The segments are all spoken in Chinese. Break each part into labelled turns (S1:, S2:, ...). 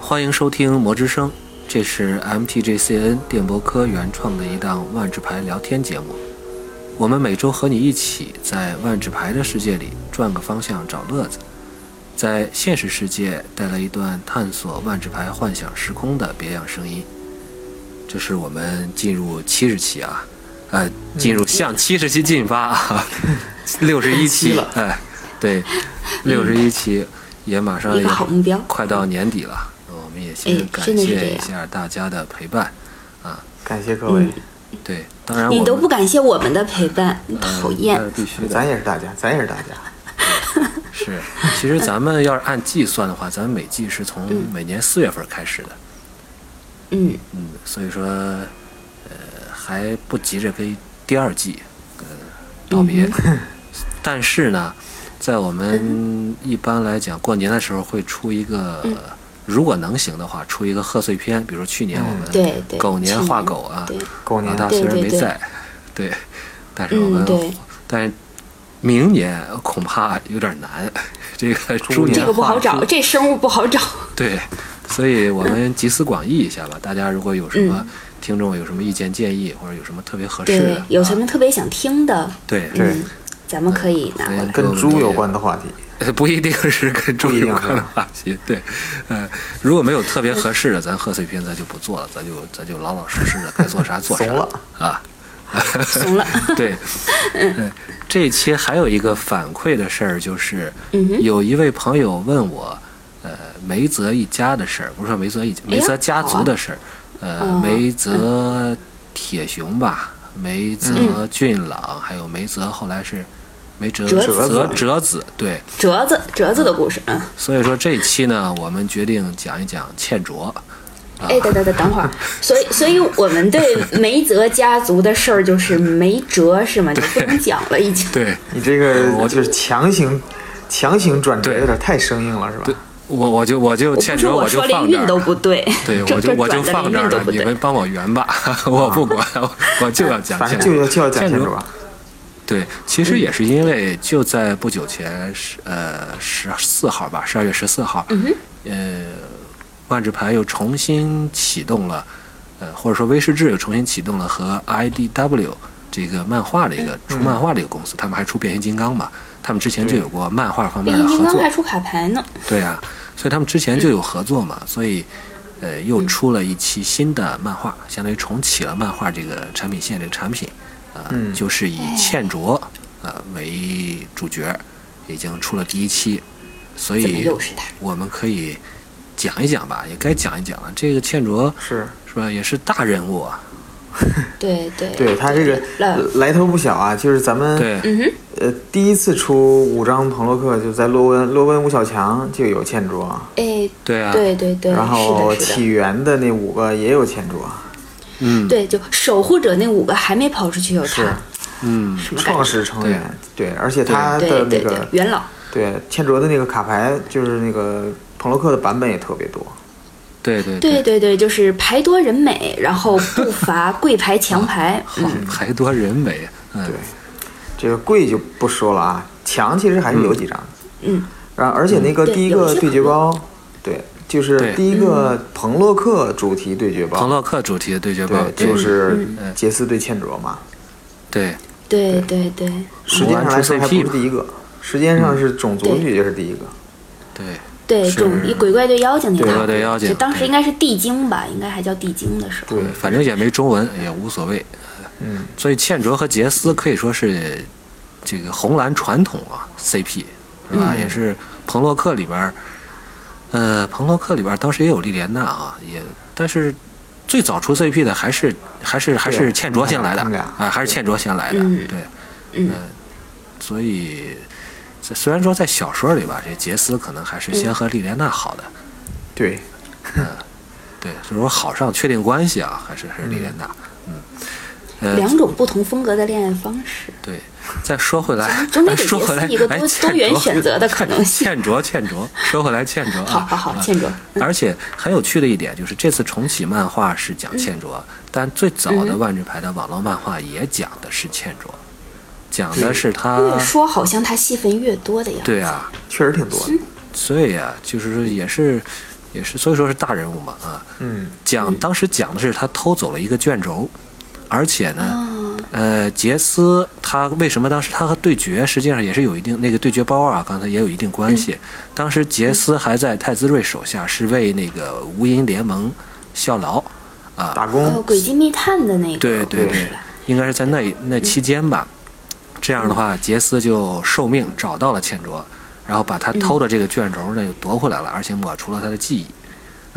S1: 欢迎收听《魔之声》，这是 MTGCN 电波科原创的一档万智牌聊天节目。我们每周和你一起在万智牌的世界里转个方向找乐子，在现实世界带来一段探索万智牌幻想时空的别样声音。这是我们进入七十期啊，呃，
S2: 嗯
S1: 进入向七十期进发 啊，六十一期
S3: 了
S1: 哎，对，六十一期也马上
S2: 一
S1: 也
S2: 个好目标
S1: 快到年底了，那我们也先
S2: 哎
S1: 感
S2: 真的是这
S1: 谢一
S2: 样
S1: 下大家的陪伴。
S3: 感谢各位，
S1: 嗯对，当然我嗯
S2: 你
S1: 们
S2: 都不感谢我们的陪伴，讨厌
S1: 那！必须的
S3: 咱。也是大家，咱也是大家，
S1: 是，其实咱们要是按季算的话，咱们每季是从每年四月份开始的，
S2: 嗯，
S1: 嗯，所以说，呃，还不急着跟第二季，呃，道
S2: 嗯
S1: 别。 但是呢，在我
S2: 嗯
S1: 们一般来讲，过年的时候会出一个，如果能行的话，出一个贺岁片，比如去年我们
S2: 嗯对对，
S1: 狗年
S2: 去
S1: 画狗啊，
S2: 对，
S3: 狗
S1: 老
S3: 年
S1: 大
S2: 对
S1: 虽然
S2: 嗯对
S1: 没
S2: 对
S1: 在，对，但是我们
S2: 嗯对，
S1: 但是明年恐怕有点难，这个猪年
S2: 这个不好
S1: 画
S2: 找，
S1: 猪
S2: 这生物不好找。
S1: 对，所以我们集思广益一下吧。大家如果有什么、
S2: 嗯
S1: 听众有什么意见建议，或者有什么特别合适的
S2: 对
S1: 啊，，
S2: 有什么特别想听的，
S1: 对
S3: 对
S2: 嗯，咱们可以拿过来。
S3: 跟猪有关的话题，
S1: 呃不一定是跟猪
S3: 不一
S1: 有
S3: 定啊
S1: 关的
S3: 是吧
S1: 话题。对，呃，如果没有特别合适的，咱贺岁片咱就不做了，咱就咱就老老实实的该做啥做啥
S3: 怂了
S1: 啊。
S2: 怂了，
S1: 对，嗯，这一期还有一个反馈的事儿，就是
S2: 嗯哼
S1: 有一位朋友问我，呃，梅泽一家的事儿，不是说梅泽一家，
S2: 哎呀
S1: 梅泽家族的事儿，呃，
S2: 哦
S1: 梅泽铁雄吧，
S2: 嗯
S1: 梅泽俊朗，还有梅泽后来是梅哲
S2: 哲
S3: 子
S1: 哲哲子，对，
S2: 折子折子的故事啊！
S1: 所以说这一期呢，我们决定讲一讲欠卓，
S2: 哎，等等等 等会儿，所以所以我们对梅泽家族的事儿就是没辙是吗？就不能讲了，已经。
S1: 对。
S3: 你这个
S1: 我
S3: 就是强行强行转折，
S1: 对
S3: 有点太生硬了，是吧？
S1: 我我就 我就
S2: 我
S1: 欠
S2: 不是
S1: 卓，
S2: 我
S1: 就
S2: 说
S1: 放
S2: 连
S1: 这儿
S2: 韵都不对，
S1: 对，
S2: 这
S1: 我就
S2: 这
S1: 我就
S2: 转的
S1: 放
S2: 连
S1: 这
S2: 韵
S1: 儿
S2: 都
S1: 了，
S2: 不
S1: 你
S2: 对啊
S1: 们。帮我圆吧， 我不管，我我就要讲
S3: 反
S1: 建
S3: 正
S1: 筑。
S3: 就要就要讲
S1: 建
S3: 清
S1: 筑
S3: 楚啊吧。
S1: 对，其
S2: 嗯
S1: 实也是因为就在不久前，十呃十四号吧，十二月十四号，
S2: 嗯
S1: 呃，万智牌又重新启动了，呃，或者说威士忌又重新启动了和 IDW 这个漫画的一
S2: 嗯
S1: 个出漫画的一个公司，他们还出变形金刚嘛，他们之前就有过漫画方面的
S2: 变
S1: 啊
S2: 形
S1: 合
S2: 金
S1: 作。
S2: 刚还出卡牌呢，
S1: 对啊，所以他们之前就有合作嘛，所以呃
S2: 嗯
S1: 又出了一期新的漫画，相当于重启了漫画这个产品线这个产品，啊、
S3: 嗯
S1: 就是以倩卓啊为主角，已经出了第一期，所
S2: 怎么
S1: 以
S2: 又是他？
S1: 我们可以讲一讲吧，也该讲一讲了。这个倩卓
S3: 是，
S1: 是吧，也是大人物啊，
S2: 对对
S3: 对他这个
S2: 来
S3: 来头不小啊，就是咱们
S1: 对，
S2: 嗯哼，
S3: 呃第一次出五张彭洛克，就在洛温洛温吴小强就有欠卓，
S2: 哎，
S1: 对啊，
S2: 对对对，
S3: 然后
S2: 是的，
S3: 起
S2: 是的，
S3: 源的那五个也有欠啊卓，
S1: 嗯，
S2: 对，就守护者那五个还没跑出去有他
S3: 是，
S1: 嗯，
S2: 什么感
S3: 创
S2: 觉？
S3: 始成员，对，而且他
S2: 对
S3: 的
S2: 对
S3: 那
S2: 对
S3: 个，
S2: 元老，
S3: 对，千卓的那个卡牌就是那个彭洛克的版本也特别多，
S1: 对对
S2: 对，对对，就是牌多人美，然后不乏贵牌强 牌，
S3: 哦
S1: 好
S2: 嗯，，
S1: 还多人美，嗯，
S3: 对，这个贵就不说了啊，强其实还是有几张，
S2: 嗯，
S3: 然后而且那个
S2: 对
S3: 第一
S2: 有一
S3: 个
S2: 些
S3: 对决
S2: 很多嗯
S3: 包，对，就是
S1: 对
S3: 第一个彭洛克主题对决
S1: 彭
S3: 包，
S1: 洛克主题的对决包
S3: 对，，就是
S1: 嗯
S3: 杰斯对千卓嘛，
S1: 对，
S2: 对对对，
S3: 时间上来说还不
S1: 魔
S3: 是
S1: 丸出 CP
S3: 第一个，时间上
S1: 嗯
S3: 是种族
S2: 对
S3: 拒绝是第一个，
S1: 对，
S2: 对，
S1: 是
S2: 种一鬼怪对妖精那
S1: 鬼
S2: 个，
S1: 怪对妖精
S2: 就当时
S1: 对
S2: 应该是地精吧，应该还叫地精的时候，
S3: 对，
S1: 反正也没中文，也无所谓。
S3: 嗯，
S1: 所以倩卓和杰斯可以说是这个红蓝传统啊 CP 是吧？
S2: 嗯
S1: 也是彭洛克里边儿，呃，彭洛克里边儿当时也有莉莲娜啊，也但是最早出 CP 的还是还是还是倩卓先来的
S3: 他们俩
S1: 啊，还是倩卓先来的，
S2: 啊嗯
S1: 对，
S2: 嗯
S1: 呃，所以这虽然说在小说里吧，这杰斯可能还是
S2: 嗯
S1: 先和莉莲娜好的，
S3: 对，
S1: 对，所以说好上确定关系啊，还是还是莉莲娜，嗯，呃，
S2: 两种不同风格的恋爱方式，
S1: 对，再说回来，
S2: 总得给
S1: 说
S2: 杰
S1: 回来，
S2: 斯一个多
S1: 哎
S2: 多元选择的可能性
S1: 欠卓，欠卓，说回来，欠卓啊，
S2: 好好好
S1: 啊
S2: 欠卓
S1: 而且很有趣的一点就是，这次重启漫画是讲欠卓，
S2: 嗯
S1: 但最早的万智牌的网络漫画也讲的是欠卓，讲的是他，
S2: 越说好像他戏份越多的样子，
S1: 对啊，
S3: 确实挺多的，
S1: 所以啊，就是说也是也是所以说是大人物嘛啊。
S3: 嗯
S1: 讲当时讲的是他偷走了一个卷轴，而且呢，呃，杰斯他为什么当时他和对决实际上也是有一定那个对决包啊，刚才也有一定关系。当时杰斯还在泰兹瑞手下，是为那个无垠联盟效劳啊，
S3: 打
S2: 哦，
S3: 工，
S2: 轨迹密探的那个
S1: 对对
S2: 故事
S1: 对
S2: 了，
S1: 应该是在那那期间吧。这样的话，杰斯就受命找到了倩卓，然后把他偷的这个卷轴呢又夺回来了，而且抹除了他的记忆。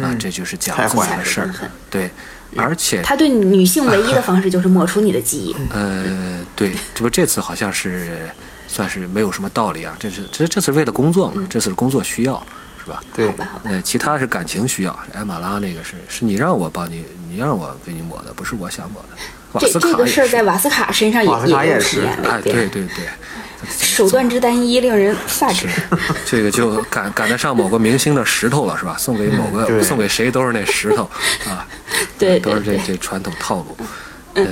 S1: 啊，
S3: 嗯
S1: 这就是讲
S3: 太
S1: 自己
S3: 坏
S1: 的
S2: 了
S1: 事儿
S2: 真狠。
S1: 对，而且
S2: 他对女性唯一的方式就是抹除你的记忆。
S1: 呃，对，这不这次好像是算是没有什么道理啊，这是这这次为了工作
S2: 嗯
S1: 嘛，这次是工作需要，是吧？
S3: 对
S2: 好，吧，好吧，
S1: 呃，其他是感情需要，艾玛拉那个是是你让我帮你，你让我给你抹的，不是我想抹的。瓦
S2: 这
S1: 斯卡
S2: 这个
S1: 也
S2: 事儿
S1: 是
S2: 在瓦斯卡身上
S3: 瓦斯
S2: 也
S3: 卡
S2: 也
S3: 也
S2: 有
S3: 是
S2: 出现了
S1: 哎，
S2: 一遍
S1: 对对对，
S2: 手段之单一令人发指。
S1: 这个就赶赶得上某个明星的石头了，是吧？送给某
S3: 嗯对
S1: 个送给谁都是那石头啊，
S2: 对
S1: 都
S2: 对
S1: 是这
S2: 对，
S1: 这传统套路。
S2: 嗯
S1: 呃，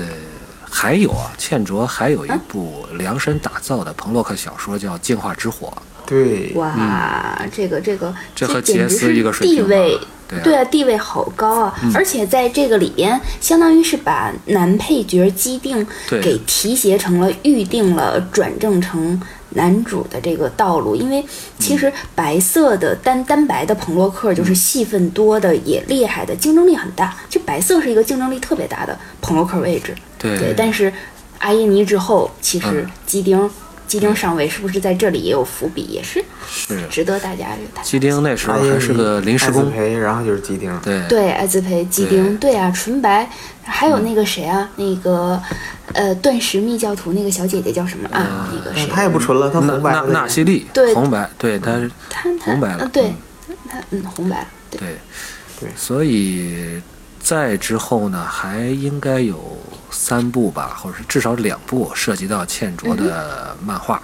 S1: 还有啊，倩卓还有一部量身打造的彭洛克小说叫《净化之火
S3: 对，
S2: 哇，这个这个，
S1: 嗯这和
S2: 简
S1: 杰
S2: 直
S1: 斯
S2: 是
S1: 一个水
S2: 地
S1: 平
S2: 位
S1: 吧对啊嗯
S2: 啊，地位好高啊！而且在这个里边，相当于是把男配角基定
S1: 对
S2: 给提携成了预定了转正成男主的这个道路，因为
S1: 嗯
S2: 其实白色的单单白的彭洛克就是戏份多的也厉害的，竞争力很大。这白色是一个竞争力特别大的彭洛克位置，》。对，但是阿耶尼之后，其实
S1: 嗯
S2: 基丁、基丁上位是不是在这里也有伏笔，也是
S1: 是
S2: 值得大家大家
S1: 基丁那时候
S3: 阿耶
S1: 还是
S3: 尼
S1: 个临时
S3: 艾
S1: 工
S3: 滋，培然后就是基丁，
S1: 对
S2: 对艾滋培基丁，对啊，纯白，还有那个谁啊，那个呃断食密教徒那个小姐姐叫什么啊？那个
S3: 但
S2: 谁，
S3: 他也不纯了，他
S1: 纳
S3: 红白
S1: 纳
S3: 了
S1: 纳西利
S2: 对
S1: 红白，对他
S3: 嗯
S1: 是
S2: 她她
S1: 红白了
S2: 啊，对
S1: 嗯，
S2: 她嗯红白了，对，
S1: 对
S3: 对
S1: 所以在之后呢，还应该有三部吧，或者是至少两部涉及到倩卓
S2: 嗯
S1: 的漫画，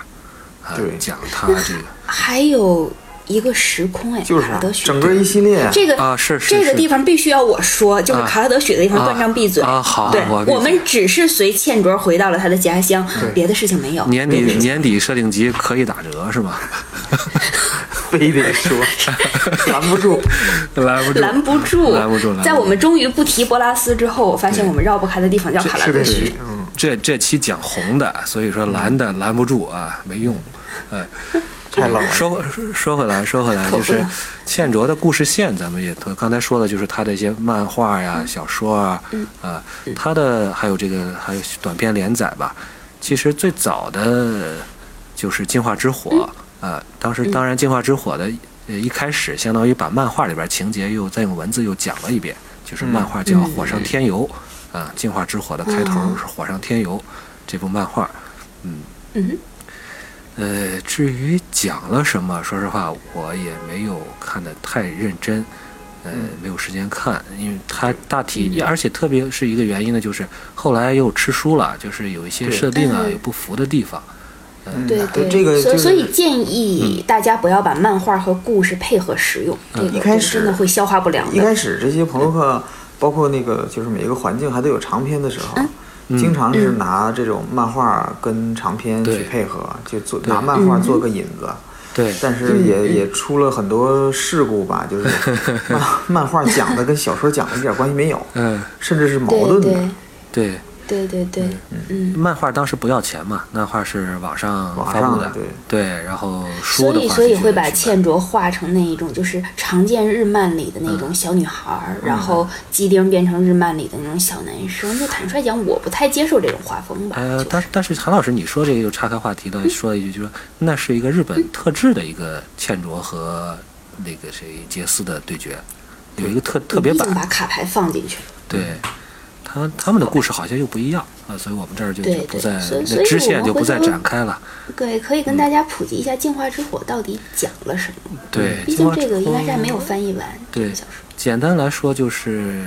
S1: 啊、
S3: 对
S1: 讲他这 个。
S2: 还有一个时空哎，
S3: 就是
S2: 卡
S3: 啊
S2: 拉德许
S3: 整个一系列，
S2: 这个
S1: 啊是是
S2: 这个
S1: 是
S2: 地方必须要我说，就是
S1: 啊
S2: 卡拉德许的地方
S1: 啊
S2: 断章闭嘴
S1: 啊好
S2: 对
S1: 我，嗯
S2: 我们只是随倩卓回到了他的家乡，别的事情没有。
S1: 年底年底设定集可以打折是吗？
S3: 非得 说，拦不住，
S1: 拦不住，嗯
S2: 拦不
S1: 拦
S2: 住，
S1: 不住拦不住嗯
S2: 在我们终于不提博拉斯之后，我发现我们绕不开的地方叫卡拉
S3: 是
S2: 德
S3: 的，
S2: 许
S3: 是。的，嗯，
S1: 这这期讲红的，所以说蓝的拦不住啊，没用。哎，
S3: 太冷了，
S1: 说说说回来，说回来， 就是倩卓的故事线，咱们也都刚才说的就是他的一些漫画呀、小说啊，
S3: 嗯
S1: 啊，他的还有这个还有短篇连载吧。其实最早的就是《进化之火》
S3: 嗯
S1: 啊，当时当然《进化之火》的呃一开始，相当于把漫画里边情节又再用文字又讲了一遍，就是漫画叫《火上天游》啊，《进化之火》的开头是《火上天游》这部漫画，
S2: 嗯，
S1: 呃，至于讲了什么，说实话，我也没有看得太认真，呃，
S3: 嗯
S1: 没有时间看，因为它大体，而且特别是一个原因呢，就是后来又吃书了，就是有一些
S3: 对
S1: 设定啊
S2: 嗯
S1: 有不服的地方，
S3: 嗯
S2: 对
S3: 对，这个
S2: 所
S3: 就
S2: 以所以
S3: 是
S2: 建议大家不要把漫画和故事配合使用，这
S1: 嗯
S2: 个
S3: 一开
S2: 这个
S3: 始
S2: 真的会消化不良
S3: 一
S2: 的。
S3: 开始这些朋洛克，包括那个就是每一个环境还都有长篇的时候，
S1: 嗯
S3: 经常是
S2: 嗯
S3: 拿这种漫画跟长篇
S1: 对
S3: 去配合，就做拿漫
S2: 嗯
S3: 画做个引子。
S1: 对
S3: 但是也也出了很多事故吧，就是 漫漫画讲的跟小说讲的一点关系没有，
S1: 嗯、
S3: 甚至是矛
S2: 对
S3: 盾的。
S2: 对
S1: 对，
S2: 对对对，嗯，
S1: 漫画当时不要钱嘛，漫画是网上
S3: 网
S1: 发布
S3: 上
S1: 的，
S3: 对
S1: 然后书
S2: 所
S1: 的
S2: 以
S1: 话
S2: 所以
S1: 就
S2: 会把
S1: 是
S2: 倩卓画成那一种就是常见日漫里的那
S1: 嗯
S2: 种小女孩儿，然后基丁变成日漫里的那种小男生。就坦率讲，我不太接受这种画风吧。
S1: 呃，
S2: 就是嗯
S1: 但但是韩老师，你说这个又岔开话题了，说一句，就是说那是一个日本特制的一个倩卓和那个谁杰斯的对决，有一个
S2: 嗯
S1: 特特别
S2: 我不一定把
S1: 版，
S2: 卡牌放进去。
S1: 对，他他们的故事好像又不一样啊，所以我们这儿就
S2: 对
S1: 就不
S2: 对
S1: 再
S2: 所以所
S1: 那
S2: 以
S1: 支
S2: 我
S1: 线
S2: 们
S1: 就
S2: 回
S1: 不再
S2: 头嗯
S1: 展开了，
S2: 对，可以
S1: 嗯
S2: 跟大家普及一下《净化之火》到底讲了什么。
S1: 对，
S2: 毕
S1: 青
S2: 竟
S1: 蛙
S2: 这个
S1: 之
S2: 应该
S1: 后
S2: 是还没有翻译完这
S1: 对
S2: 本小说。
S1: 简单来说，就是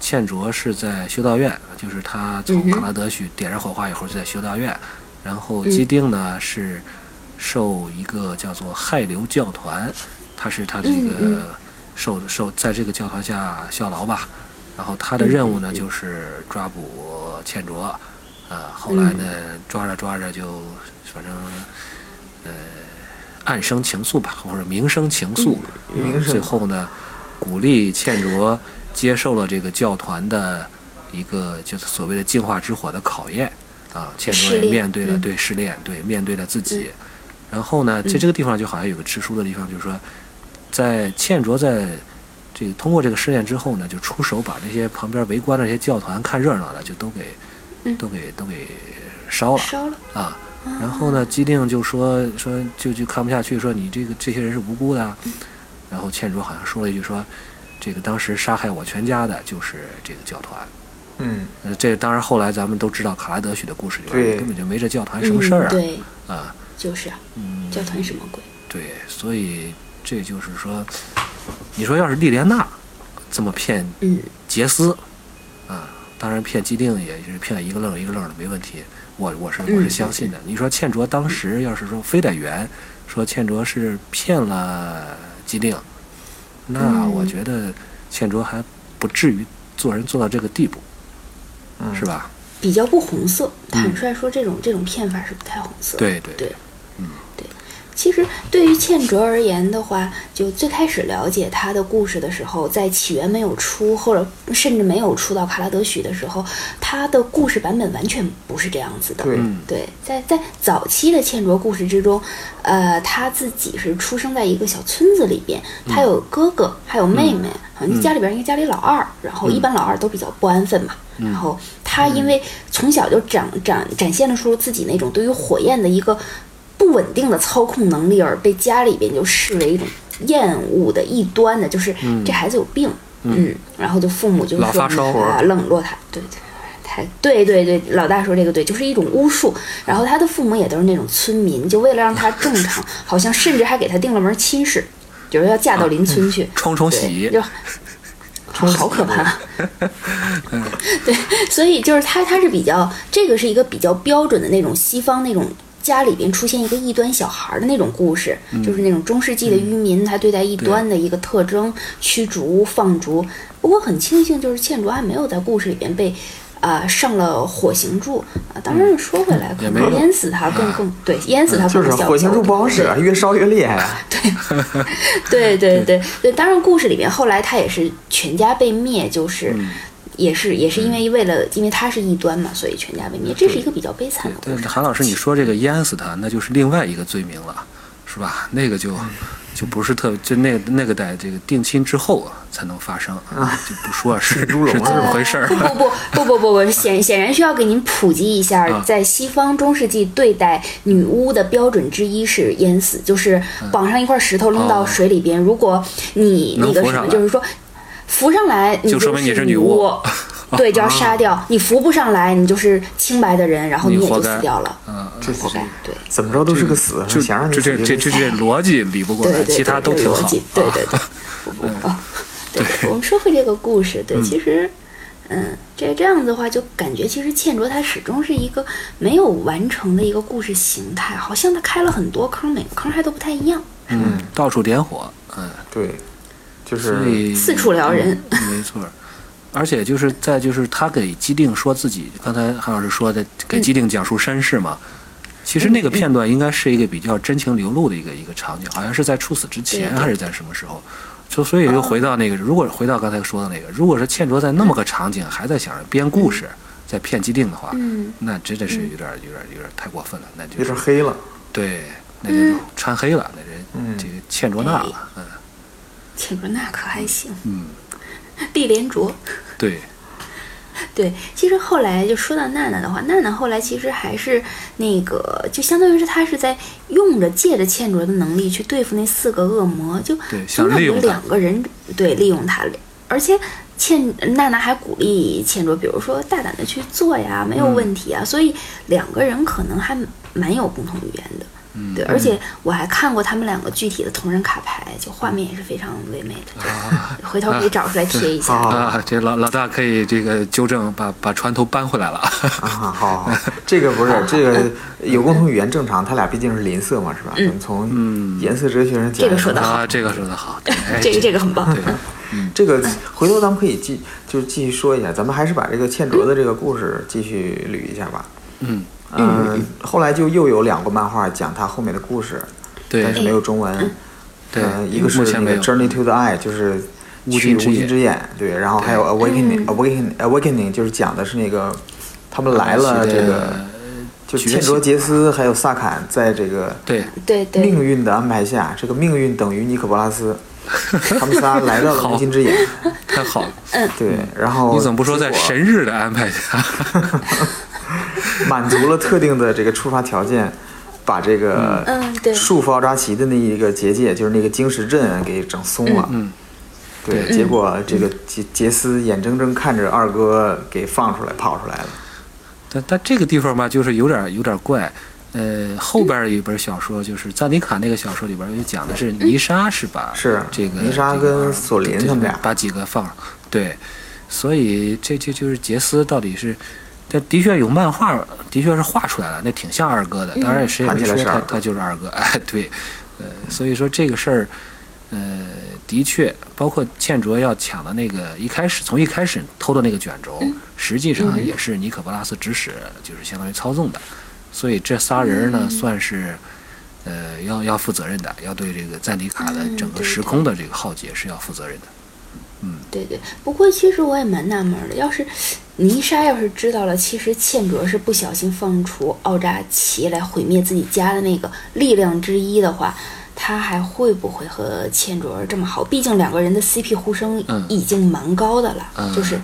S1: 倩卓是在修道院，就是他从卡拉德许点燃火花以后就在修道院，然后基丁呢、是受一个叫做亥流教团，他是他的一
S2: 嗯
S1: 个受受在这个教团下效劳吧，然后他的任
S2: 嗯
S1: 务呢、就是抓捕倩卓，呃，后来呢
S2: 嗯
S1: 抓着抓着就反正呃暗生情愫吧，或者明生情愫，
S2: 嗯
S3: 明生
S1: 最后呢。鼓励倩卓接受了这个教团的一个就是所谓的进化之火的考验啊。倩卓
S2: 试
S1: 也
S2: 炼
S1: 面对了
S2: 嗯
S1: 对试炼，对面对了自己。然后呢，在这个地方就好像有个吃书的地方，就是说，在倩卓在这个通过这个试炼之后呢，就出手把这些旁边围观的这些教团看热闹的就都给
S2: 嗯
S1: 都给都给烧了。
S2: 烧了，
S1: 啊。然后呢，基定就说说就就看不下去，说你这个这些人是无辜的啊。然后倩卓好像说了一句说，这个当时杀害我全家的就是这个教团。
S3: 嗯，
S1: 呃，这当然后来咱们都知道卡拉德许的故事，就是
S3: 对
S1: 根本就没这教团什么事儿
S2: 嗯？
S1: 啊、
S2: 对，
S1: 啊，
S2: 就是啊，
S1: 嗯，
S2: 教团什么鬼？
S1: 对，所以这就是说，你说要是莉莲娜这么骗
S2: 嗯，
S1: 杰斯，啊，当然骗基定也是骗一个愣儿一个愣儿的，没问题。我我是我是
S2: 嗯
S1: 相信的。你说倩卓当时要是说非得圆，说倩卓是骗了基定，那
S2: 嗯
S1: 我觉得倩卓还不至于做人做到这个地步，
S3: 嗯
S1: 是吧？
S2: 比较不红色。坦
S1: 嗯
S2: 率说，这种这种骗法是不太红色的。
S1: 对对
S2: 对，
S1: 嗯
S2: 对。其实对于倩卓而言的话，就最开始了解她的故事的时候，在起源没有出，或者甚至没有出到卡拉德许的时候，她的故事版本完全不是这样子的。
S3: 对，
S1: 嗯
S2: 对，在在早期的倩卓故事之中，呃，她自己是出生在一个小村子里边，她有哥哥，还有妹妹，好像、家里边应该家里老二，然后一般老二都比较不安分嘛。然后她因为从小就展展展现了出自己那种对于火焰的一个不稳定的操控能力，而被家里边就视为一种厌恶的异端的，就是这孩子有病。嗯，然后就父母就
S1: 老
S2: 说
S1: 发烧
S2: 啊、冷落他，对对。他对对对，老大说这个对，就是一种巫术。然后他的父母也都是那种村民，就为了让他正常，好像甚至还给他定了门亲事，就是要嫁到邻村去。
S1: 双重
S2: 对，
S1: 洗
S2: 就好可怕。对，所以就是他，他是比较这个是一个比较标准的那种西方那种。家里边出现一个异端小孩儿的那种故事，就是那种中世纪的渔民他对待异端的一个特征，驱逐、放逐。不过很庆幸，就是倩卓还没有在故事里边被，啊、上了火刑柱。啊，当然说回来，可
S1: 也没有
S2: 能淹死他更更对，淹死他
S3: 就
S2: 更
S3: 是
S2: 小。
S3: 火星柱不好使
S2: 对，
S3: 越烧越厉害 啊。
S2: 对对对对，当然故事里面后来他也是全家被灭，就是。
S1: 嗯
S2: 也是也是因为为了，因为他是异端嘛，所以全家被灭，这是一个比较悲惨
S1: 对
S2: 的，故
S1: 但
S2: 事
S1: 是。韩老师，你说这个淹死他，那就是另外一个罪名了，是吧？那个就就不是特，就那那个在这个定亲之后啊才能发生，啊、就不说是是
S3: 猪笼
S1: 是
S3: 啊
S1: 怎么回事儿
S2: 不。 不不不不不 不，显显然需要给您普及一下
S1: 啊，
S2: 在西方中世纪对待女巫的标准之一是淹死，就是绑上一块石头扔到
S1: 嗯哦
S2: 水里边，如果你
S1: 能
S2: 那个
S1: 浮
S2: 什
S1: 上来
S2: 么，就是说浮上来，你
S1: 就说明你
S2: 是
S1: 是女
S2: 巫
S1: 巫，啊
S2: 对，就要杀掉。你浮不上来，你就是清白的人，然后
S1: 你
S2: 你也
S1: 活
S2: 就
S1: 该
S2: 死掉了，
S1: 嗯，
S3: 这
S2: 活该。对。
S3: 怎么着都是个死，啊
S1: 就
S3: 想让你
S1: 就这
S3: 死
S1: 这这这逻辑理不过
S2: 对
S1: 来，
S2: 对对，
S1: 其他都
S2: 这
S1: 挺
S2: 个逻
S1: 好啊
S2: 辑。对对 对，不不不，对，我们说回这个故事，对，其实，嗯，这这样子的话，就感觉其实倩卓她始终是一个没有完成的一个故事形态，好像她开了很多坑，每个坑还都不太一样，
S1: 嗯，到处点火，嗯，
S3: 对，就
S1: 所
S3: 是
S1: 以嗯
S2: 四处撩人。
S1: 没错儿。而且就是在就是他给基定说自己，刚才韩老师说的给基定讲述身世嘛，其
S2: 嗯
S1: 实那个片段应该是一个比较真情流露的一个一个场景，好像是在处死之前
S2: 对对
S1: 还是在什么时候，就所以又回到那个，如果回到刚才说的那个，如果是倩卓在那么个场景还在想着编故事，在骗基定的话，
S2: 嗯
S1: 那真的是有点儿有点儿有点儿太过分了，那就
S3: 有
S1: 是
S3: 点 黑了。
S1: 对，那就
S2: 嗯
S1: 掺黑了，那人、
S3: 嗯
S1: 这个倩卓娜了，嗯
S2: 倩卓那可还行，
S1: 嗯，
S2: 丽莲卓。
S1: 对，
S2: 对，其实后来就说到娜娜的话，娜娜后来其实还是那个，就相当于是她是在用着借着倩卓的能力去对付那四个恶魔，就
S1: 对想
S2: 总感
S1: 利
S2: 觉
S1: 用她
S2: 两个人对利用她，而且倩娜娜还鼓励倩卓，比如说大胆的去做呀，没有
S1: 嗯
S2: 问题啊，所以两个人可能还蛮有共同语言的。
S1: 嗯
S2: 对，而且我还看过他们两个具体的同人卡牌，就画面也是非常唯美 的，回头可以找出来贴一下。
S3: 啊
S1: 啊，这老老大可以这个纠正，把把船头扳回来了。
S3: 啊，好好，好，这个不是 这个有共同语言正常，他俩毕竟是邻舍嘛，是吧？我们
S1: 嗯
S3: 从颜色哲学上
S2: 嗯这
S3: 讲，
S2: 个说得好
S1: 啊，这个说的好，对
S2: 这个这个很棒。
S1: 对，
S3: 这个
S2: 嗯
S3: 回头咱们可以继就是继续说一下，咱们还是把这个倩卓的这个故事继续捋一下吧。
S1: 嗯，
S3: 嗯，后来就又有两个漫画讲他后面的故事，但是
S1: 对
S3: 没有中文。
S1: 对
S3: 呃，一个是
S1: 目前
S3: 那
S1: 没
S3: 个
S1: 有
S3: 《Journey to the Eye》，就是
S1: 乌
S3: 去
S1: 金
S3: 《
S1: 之
S3: 无尽
S1: 眼
S3: 之眼》，对，然后还有
S2: 嗯
S3: Awakening、Awakening 呃 Awakening，就是讲的是那个他们来
S1: 啊
S3: 了这个，就是
S1: 崛
S3: 切
S1: 起
S3: 卓杰斯还有萨坎在这个
S1: 对，
S2: 对对
S3: 命运的安排下，这个命运等于尼可波 拉斯，他们仨来到了无尽之眼，
S1: 太好了！
S2: 嗯
S3: 对，然后
S1: 嗯你总不说在
S3: 结果
S1: 神 日的安排下，
S3: 满足了特定的这个触发条件，把这个
S2: 嗯对
S3: 束缚奥扎奇的那一个结界，就是那个晶石阵啊给整松了。
S1: 嗯嗯
S3: 对，
S1: 对
S3: 结果这个杰杰斯眼睁睁看着二哥给放出来跑出来了。
S1: 但但这个地方吧，就是有点有点怪。呃，后边有一本小说，就是赞尼卡那个小说里边又讲的是泥沙是把
S3: 嗯是
S1: 这个
S3: 泥沙
S1: 这个
S3: 跟索林
S1: 对
S3: 他们俩
S1: 把几个放了，对，所以这这就是杰斯到底是，但的确有漫画，的确是画出来了，那挺像二哥的，当然谁也
S3: 看
S1: 没
S3: 起来
S1: 说
S3: 是
S1: 他
S3: 二哥
S1: 他就是二哥， 哎，对，呃，所以说这个事儿，呃，的确，包括倩卓要抢的那个，一开始从一开始偷的那个卷轴，
S2: 嗯
S1: 实际上也是尼可波拉斯指使，就是相当于操纵的，所以这仨人
S2: 嗯
S1: 呢，算是。呃，要要负责任的，要对这个赞迪卡的
S2: 嗯
S1: 整个
S2: 对
S1: 时空的这个浩劫是要负责任的。
S2: 对对。不过其实我也蛮纳闷儿的，要是泥沙要是知道了，其实倩卓是不小心放出奥扎奇来毁灭自己家的那个力量之一的话。他还会不会和倩卓这么好？毕竟两个人的 CP 呼声
S1: 嗯
S2: 已经蛮高的了，
S1: 嗯
S2: 就是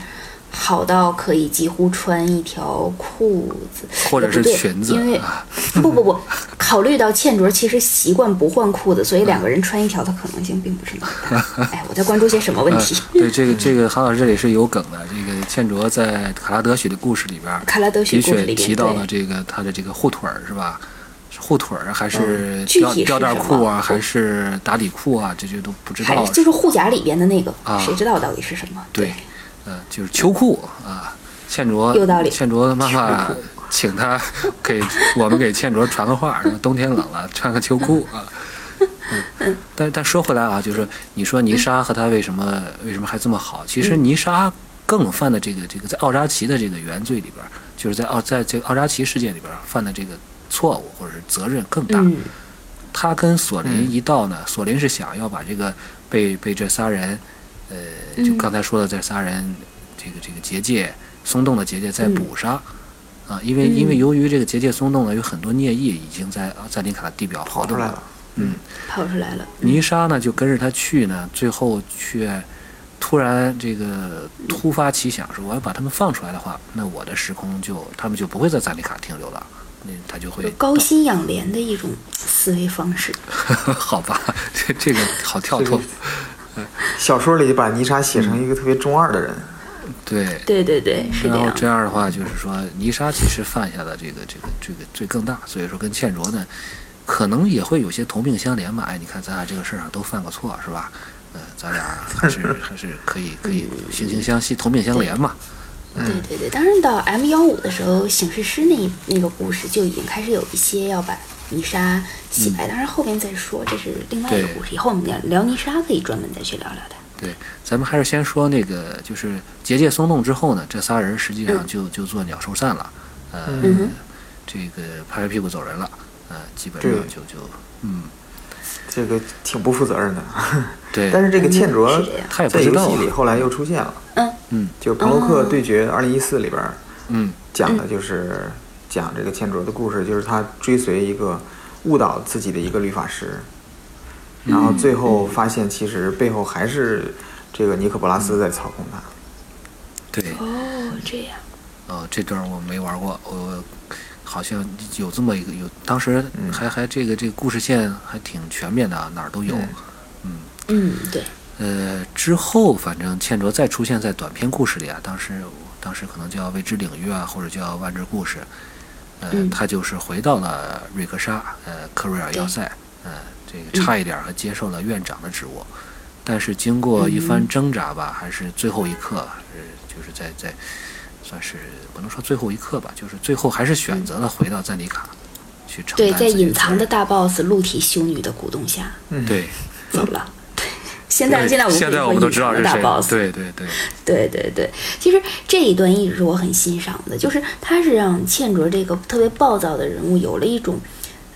S2: 好到可以几乎穿一条裤子，
S1: 或者是
S2: 也不对
S1: 裙子
S2: 因为
S1: 啊，
S2: 不不不，考虑到倩卓其实习惯不换裤子，所以两个人穿一条的可能性并不是那么 大。哎，我在关注些什么问题？
S1: 对这个这个韩老师这里是有梗的。这个倩卓在卡拉德许的故事里边儿，
S2: 卡拉德许
S1: 的
S2: 故事
S1: 确
S2: 里边
S1: 提到了
S2: 对
S1: 这个他的这个护腿儿是吧？是护腿儿还是
S2: 嗯具
S1: 吊
S2: 体是
S1: 吊带
S2: 什么
S1: 裤啊，还是打底裤啊？这就都不知
S2: 还
S1: 道
S2: 是。就是护甲里边的那个，
S1: 啊
S2: 谁知道到底是什么？
S1: 对，嗯、就是秋裤啊。倩卓
S2: 有道理
S1: 倩卓的妈妈请他给我们给倩卓传个话，说冬天冷了穿个秋裤啊。嗯，但但说回来啊，就是说你说泥沙和他为什么、为什么还这么好？其
S2: 嗯
S1: 实泥沙更犯的这个这个在奥扎奇的这个原罪里边儿，就是在奥在这个奥扎奇事件里边儿犯的这个错误或者是责任更大。
S2: 嗯，
S1: 他跟索林一道呢，索林是想要把这个被被这仨人，呃，就
S2: 嗯
S1: 刚才说的这仨人，这个这个结界松动的结界再补上，啊，因为因为
S2: 嗯
S1: 由于这个结界松动了，有很多孽液已经在啊在林卡的地表活
S3: 跑出
S1: 动
S3: 来了，
S2: 跑出来了。
S1: 泥沙呢就跟着他去呢，最后却突然这个突发奇想，说我要把他们放出来的话，那我的时空就他们就不会在赞里卡停留了，那他就会
S2: 有高薪养廉的一种思维方式，
S1: 好吧，这这个好跳
S3: 这
S1: 脱
S3: 个，小说里把泥沙写成一个特别中二的人，
S1: 对。
S2: 对对对，是这
S1: 嗯然后
S2: 样。
S1: 这样的话，就是说泥沙其实犯下的这个这个这个罪更大，所以说跟倩卓呢，可能也会有些同病相怜吧。哎，你看咱俩这个事儿上都犯过错，是吧？呃，咱俩还是还是可以可以惺惺相惜，同病相怜嘛。嗯
S2: 对对对，当然到 M 幺五的时候，醒世师那一那个故事就已经开始有一些要把泥沙洗白，当然后边再说，这是另外一个
S1: 对
S2: 故事。以后我们聊聊泥沙可以专门再去聊聊它。
S1: 对，咱们还是先说那个，就是结界松动之后呢，这仨人实际上就就做鸟兽散了，呃，
S2: 嗯哼，
S1: 这个拍拍屁股走人了，呃，基本上
S3: 对
S1: 就就嗯，
S3: 这个挺不负责任的。
S1: 对，
S3: 但是这个倩卓
S2: 嗯是这样
S1: 他也不
S3: 在
S1: 知
S3: 游
S1: 道
S3: 戏
S1: 啊
S3: 里后来又出现了，
S2: 嗯
S1: 嗯
S3: 就是朋洛
S2: 哦
S3: 克对决二零一四里边儿
S1: 嗯
S3: 讲的就是讲这个倩卓的故事，就是他追随一个误导自己的一个律法师，然后最后发现其实背后还是这个尼可波拉斯在操控他。
S1: 对，
S2: 哦，这样，
S1: 哦，这段儿我没玩过，我好像有这么一个有，当时
S3: 嗯
S1: 还还这个这个故事线还挺全面的啊，哪儿都有。
S3: 嗯
S2: 嗯，对，
S1: 呃，之后反正倩卓再出现在短篇故事里啊，当时当时可能叫未知领域啊，或者叫万智故事，呃，
S2: 嗯
S1: 他就是回到了瑞克沙，呃，科瑞尔要塞，呃，这个差一点儿还接受了院长的职务，但是经过一番挣扎吧，还是最后一刻，呃，就是在在算是不能说最后一刻吧，就是最后还是选择了回到赞尼卡去承
S2: 对，
S1: 担
S2: 在
S1: 自己
S2: 隐藏
S1: 责
S2: 的
S1: 任
S2: 大 boss 陆体修女的鼓动下
S3: 嗯，
S1: 对。
S2: 走了。 对，现在现在我们
S1: 现在
S2: 可以
S1: 我们
S2: 说
S1: 都知道
S2: 隐
S1: 是
S2: 藏
S1: 谁
S2: 的大
S1: 了，
S2: boss，
S1: 对对对，
S2: 对对对，其实这一段一直是我很欣赏的，就是他是让倩卓这个特别暴躁的人物有了一种，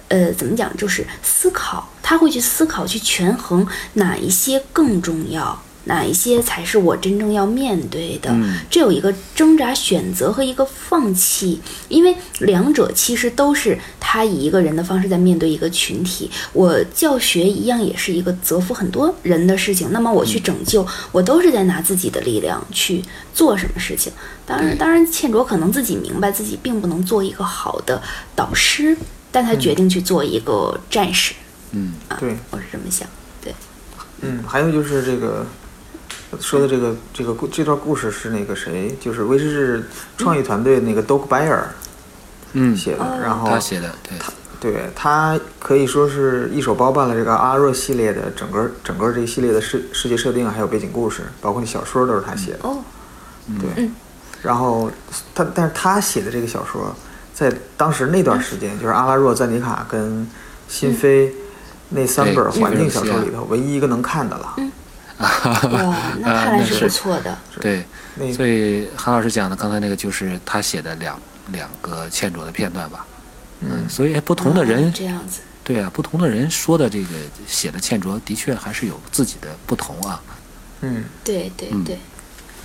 S2: 呃，怎么讲，就是思考，他会去思考，去权衡哪一些更重要，哪一些才是我真正要面对的，
S3: 嗯
S2: 这有一个挣扎选择和一个放弃，因为两者其实都是他以一个人的方式在面对一个群体。我教学一样也是一个责付很多人的事情，那么我去拯救，我都是在拿自己的力量去做什么事情。当然，当然，倩卓可能自己明白自己并不能做一个好的导师，但他决定去做一个战士。啊
S1: 嗯，
S3: 对，
S2: 我是这么想。对，
S3: 嗯，还有就是这个说的这个这个故这段故事是那个谁，就是威士忌创意团队那个 Doug Bayer
S1: 嗯，
S3: 写的，
S2: 哦
S3: 然后
S1: 他写的，对，
S3: 对他可以说是一手包办了这个阿若系列的整个整个这一系列的世世界设定，还有背景故事，包括那小说都是他写的。
S2: 哦，
S3: 对，
S2: 嗯
S3: 然后他但是他写的这个小说，在当时那段时间，就是阿拉若、赞尼卡跟
S2: 嗯
S3: 辛菲那三本
S1: 对
S3: 环境小说里头唯一一个能看的了。
S2: 嗯哇，那看来是不错的。
S1: 啊对，
S3: 那
S1: 所以韩老师讲的刚才那个就是他写的两两个欠卓的片段吧。
S3: 嗯，
S1: 所以不同的人
S2: 哦，这样子，
S1: 对啊，不同的人说的这个写的欠卓的确还是有自己的不同啊。
S3: 嗯，
S2: 对对
S1: 嗯
S2: 对。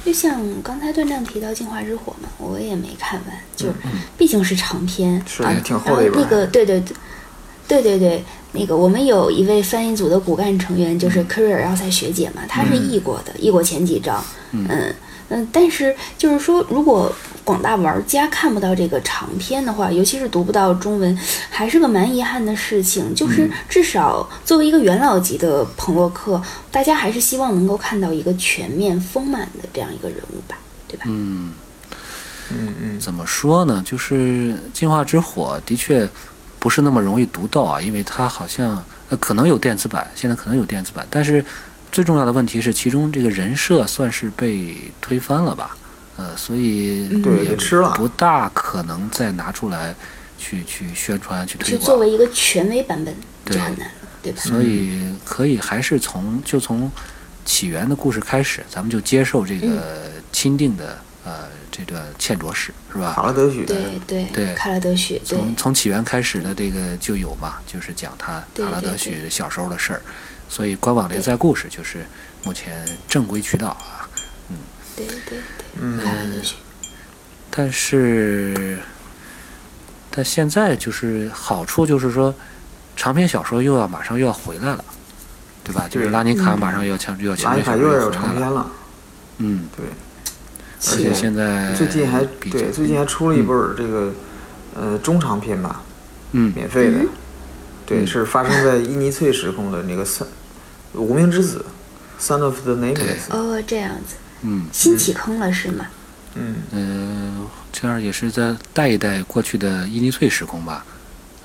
S2: 就像刚才段丈提到《镜花之火》嘛，我也没看完，就毕竟是长篇，
S3: 嗯是
S2: 啊，
S3: 挺厚的一
S2: 然后那
S3: 本
S2: 个对对对，对对对，那个我们有一位翻译组的骨干成员，就是
S3: 嗯
S2: c a r r e r 奥赛学姐嘛，她是译过的，译过前几章，嗯嗯但是就是说，如果广大玩家看不到这个长篇的话，尤其是读不到中文，还是个蛮遗憾的事情。就是至少作为一个元老级的朋洛克，大家还是希望能够看到一个全面丰满的这样一个人物吧，对吧？
S1: 嗯，
S3: 嗯嗯，
S1: 怎么说呢？就是《进化之火》的确不是那么容易读到啊，因为它好像呃可能有电子版，现在可能有电子版，但是最重要的问题是，其中这个人设算是被推翻了吧？呃，所以
S3: 对，
S1: 也
S3: 给吃了。
S1: 不大可能再拿出来去去宣传去推
S2: 就作
S1: 广，
S2: 为一个权威版本就
S1: 对
S2: 很难了，对吧？
S1: 所以可以还是从就从起源的故事开始，咱们就接受这个钦定的、呃这段欠卓史是吧？
S3: 卡拉德许的，
S2: 对对
S1: 对
S2: 卡拉德许对
S1: 从从起源开始的这个就有嘛，就是讲他
S2: 对
S1: 阿拉德
S2: 对
S1: 许小时候的事儿，所以官网连载故事就是目前正规渠道啊。
S2: 对对对，
S3: 嗯
S2: 卡拉德许，
S1: 但是，但现在就是好处就是说，长篇小说又要马上又要回来了，对吧？就是
S3: 对
S1: 拉尼
S2: 嗯
S1: 卡马上又要强又要
S3: 拉
S1: 强
S3: 尼
S1: 篇
S3: 卡
S1: 小
S3: 又
S1: 说
S3: 要
S1: 又
S3: 有
S1: 回
S3: 长
S1: 来
S3: 篇
S1: 了，
S3: 了。
S1: 嗯，
S3: 对，
S1: 而且
S3: 对
S1: 现在
S3: 最近还
S1: 比
S3: 对最近还出了一本儿这个呃中长篇吧，
S1: 嗯
S3: 免费的
S2: 嗯，
S3: 对，
S1: 嗯
S3: 是发生在伊尼翠时空的那个三无名之子，Son of the Nameless，
S2: 哦，这样子，
S1: 嗯
S2: 新起坑了是吗？
S3: 嗯，
S1: 嗯，这样也是在带一带过去的伊尼翠时空吧。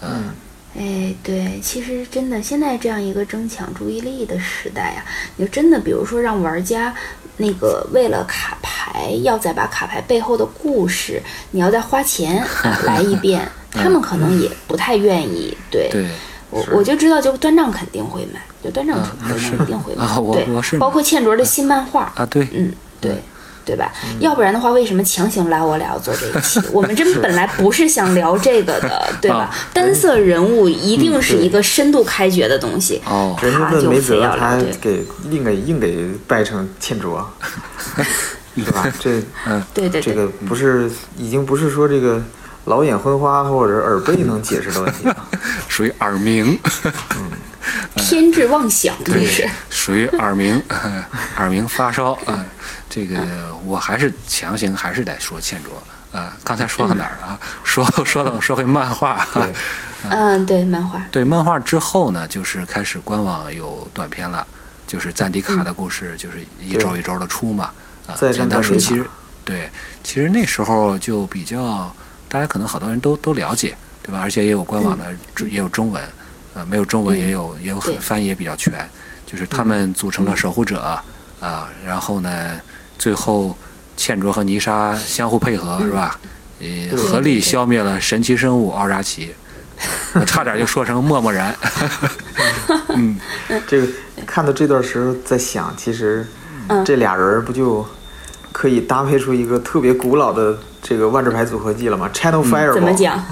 S3: 嗯，
S2: 哎，对，其实真的，现在这样一个争抢注意力的时代啊，你就真的，比如说让玩家那个为了卡牌，要再把卡牌背后的故事，你要再 花钱、啊来一遍，他们可能也不太愿意。对，
S1: 嗯对，
S2: 我
S3: 是
S2: 我就知道，就端账肯定会买，就端账肯定肯定会
S1: 嗯
S2: 买。
S1: 啊我
S2: 对，
S1: 我是买
S2: 包括倩卓的新漫画，
S1: 啊，对，
S2: 嗯，对。对吧？
S3: 嗯
S2: 要不然的话，为什么强行拉我俩要做这一 期？我们真本来不是想聊这个的，对吧
S1: 啊？
S2: 单色人物一定是一个深度开掘的东西。
S1: 哦，
S3: 嗯人家问梅
S2: 他就非
S3: 泽，
S2: 要
S3: 他
S2: 来对
S3: 给硬给硬给掰成欠卓，对吧？这
S2: 对对
S3: 这
S2: 对，
S3: 个不是已经不是说这个老眼昏花或者耳背能解释的问题了，
S1: 属于耳鸣，
S2: 偏执妄想这是。
S1: 属于耳鸣， 耳鸣发烧啊、这个我还是强行还是得说欠卓啊、刚才说到哪儿了啊？说说到说回漫画、
S3: 对，
S2: 嗯，对，漫画。
S1: 对漫画之后呢，就是开始官网有短片了，就是赞迪卡的故事，就是一周一周的出嘛。啊，
S3: 再
S1: 简
S3: 战
S1: 单
S3: 赞
S1: 说，
S3: 迪
S1: 其
S3: 卡
S1: 实对，其实那时候就比较，大家可能好多人都都了解，对吧？而且也有官网的，也有中文，呃，没有中文也有、也有很
S2: 对
S1: 翻译也比较全，就是他们组成了守护者啊、然后呢，最后倩卓和泥沙相互配合，是吧？呃，合力消灭了神奇生物奥扎奇，我 差点就说成默默 然。
S3: 这个看到这段时候在想，其实
S2: 嗯
S3: 这俩人儿不就可以搭配出一个特别古老的这个万智牌组合技了吗？Channel
S2: 嗯怎么
S3: Fireball，、
S2: 讲？